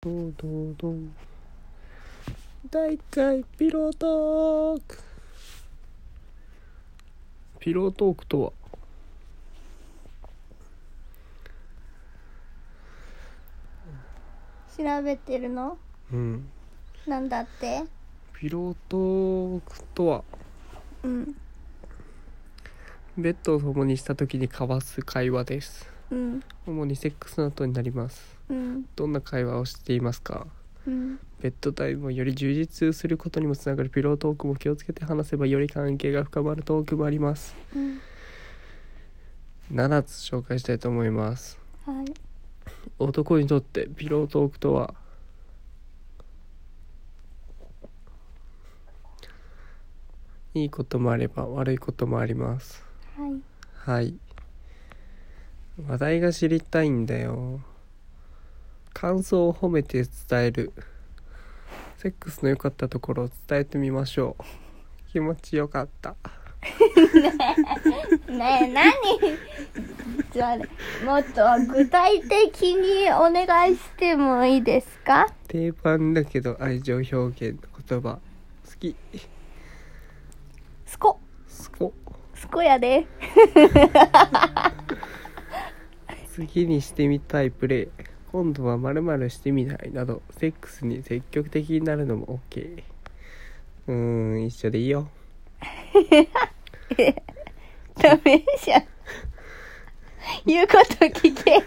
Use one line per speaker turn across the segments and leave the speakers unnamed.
どんどんどん第1回ピロートークピロートークとは
調べてるの
うん
なんだって
ピロートークとは
うん
ベッドを共にした時に交わす会話です
うん
主にセックスの後になります
うん
どんな会話をしていますか
うん
ベッドタイムをより充実することにもつながるピロートークも気をつけて話せばより関係が深まるトークもあります
うん
7つ紹介したいと思います
はい
男にとってピロートークとは良いこともあれば悪いこともあります
はい
はい話題が知りたいんだよ感想を褒めて伝えるセックスの良かったところを伝えてみましょう気持ちよかった
ねえ何じゃあねもっと具体的にお願いしてもいいですか
定番だけど愛情表現の言葉好き
すこ
すこ
すこやで
次にしてみたいプレイ今度はまるしてみないなどセックスに積極的になるのも OK うーん一緒でいいよ
ダメじゃん言うこと聞けよ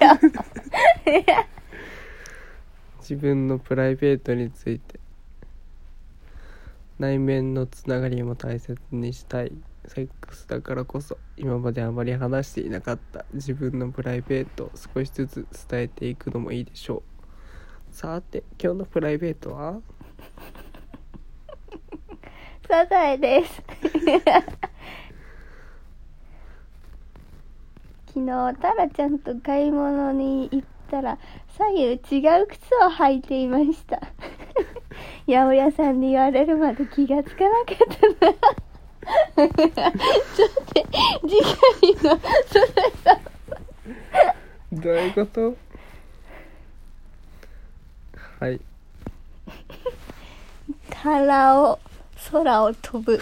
自分のプライベートについて内面のつながりも大切にしたいセックスだからこそ今まであまり話していなかった自分のプライベートを少しずつ伝えていくのもいいでしょうさて今日のプライベートは
サザエです。昨日、タラちゃんと買い物に行ったら、左右違う靴を履いていました。八百屋さんに言われるまで気がつかなかったな。ちょっと待って、次回のサザエさん。
どういうことはい
空を、空を飛ぶ。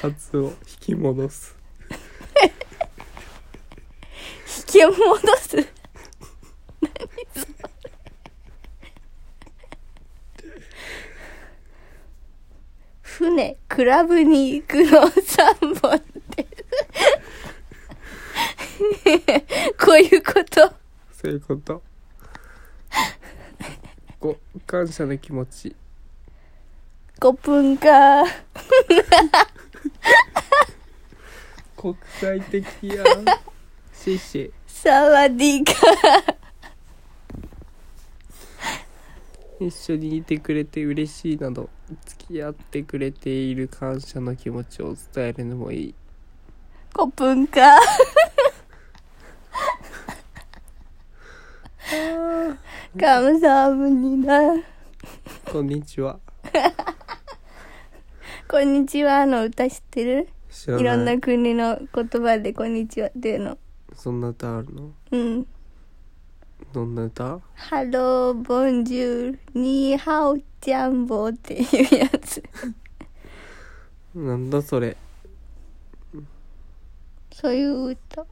カツを引き戻す
引き戻す。何それ。船、クラブに行くの三本です。こういうこと。
そういうこと5感謝の気持ち
5分か。
国際的やシシ
サワディーか。
一緒にいてくれて嬉しいなど付き合ってくれている感謝の気持ちを伝えるのもいい
5分か。カムサハムニな。
こんにちは
こんにちはの歌知ってる
知
いろ
ら
ん
ない
な国の言葉でこんにちはっていうの。
そんな歌あるの
うん。
どんな歌
ハロー、ボンジュール、ニーハオ、ジャンボっていうやつ。
なんだそれ
そういう歌。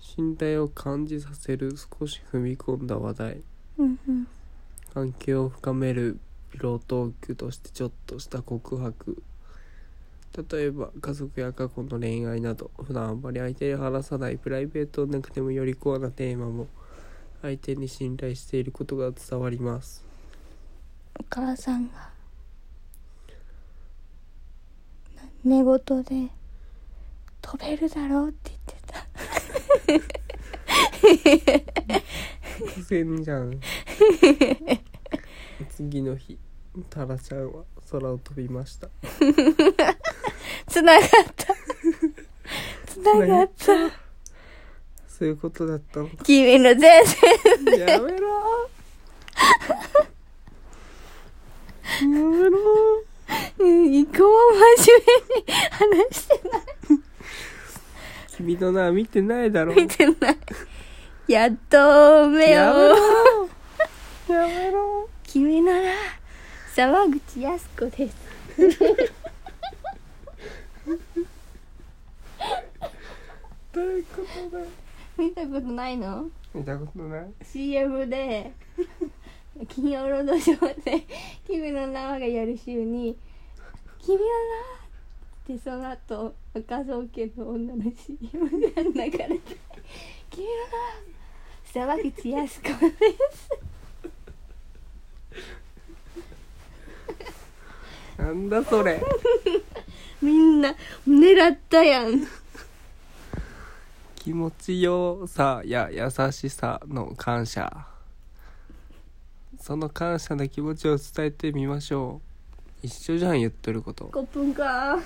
信頼を感じさせる少し踏み込んだ話題
うんうん。
関係を深めるピロートークとしてちょっとした告白例えば家族や過去の恋愛など普段あんまり相手に話さないプライベートなくてもよりコアなテーマも相手に信頼していることが伝わります
お母さんが、寝言で、飛べるだろうって言ってた。
偶然じゃん次の日タラちゃんは空を飛びました
つながった。つながった。
そういうことだったのか
君の前世。
やめろやめろ
うん一個も真面目に話してない。
君君のな見てないだろ
見てないやっと目
やめろ
を
やめろ
君なら沢口靖子です
どういうことだ
見たことないの
見たことない
CM で 金曜ロードショーで「君の名は」がやる週に「君の名は」ってその後赤宗家の女の CM が流れて「君の名は」沢口靖子 です
なんだそ れ
みんな狙ったやん
気持ちよさや優しさの感謝その感謝の気持ちを伝えてみましょう一緒じゃん言ってること
5分か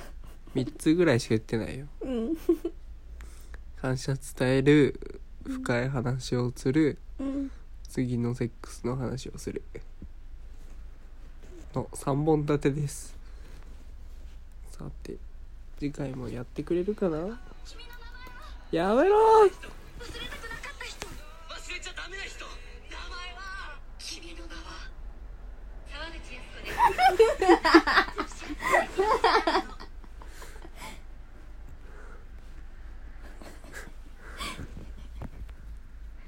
3つぐらいしか言ってないよ
うん
感謝伝える深い話をする
うん
次のセックスの話をするの3本立てですさて次回もやってくれるかなやめろ
忘れたくなかった人忘れちゃダメな人名前は君の名は沢口靖子です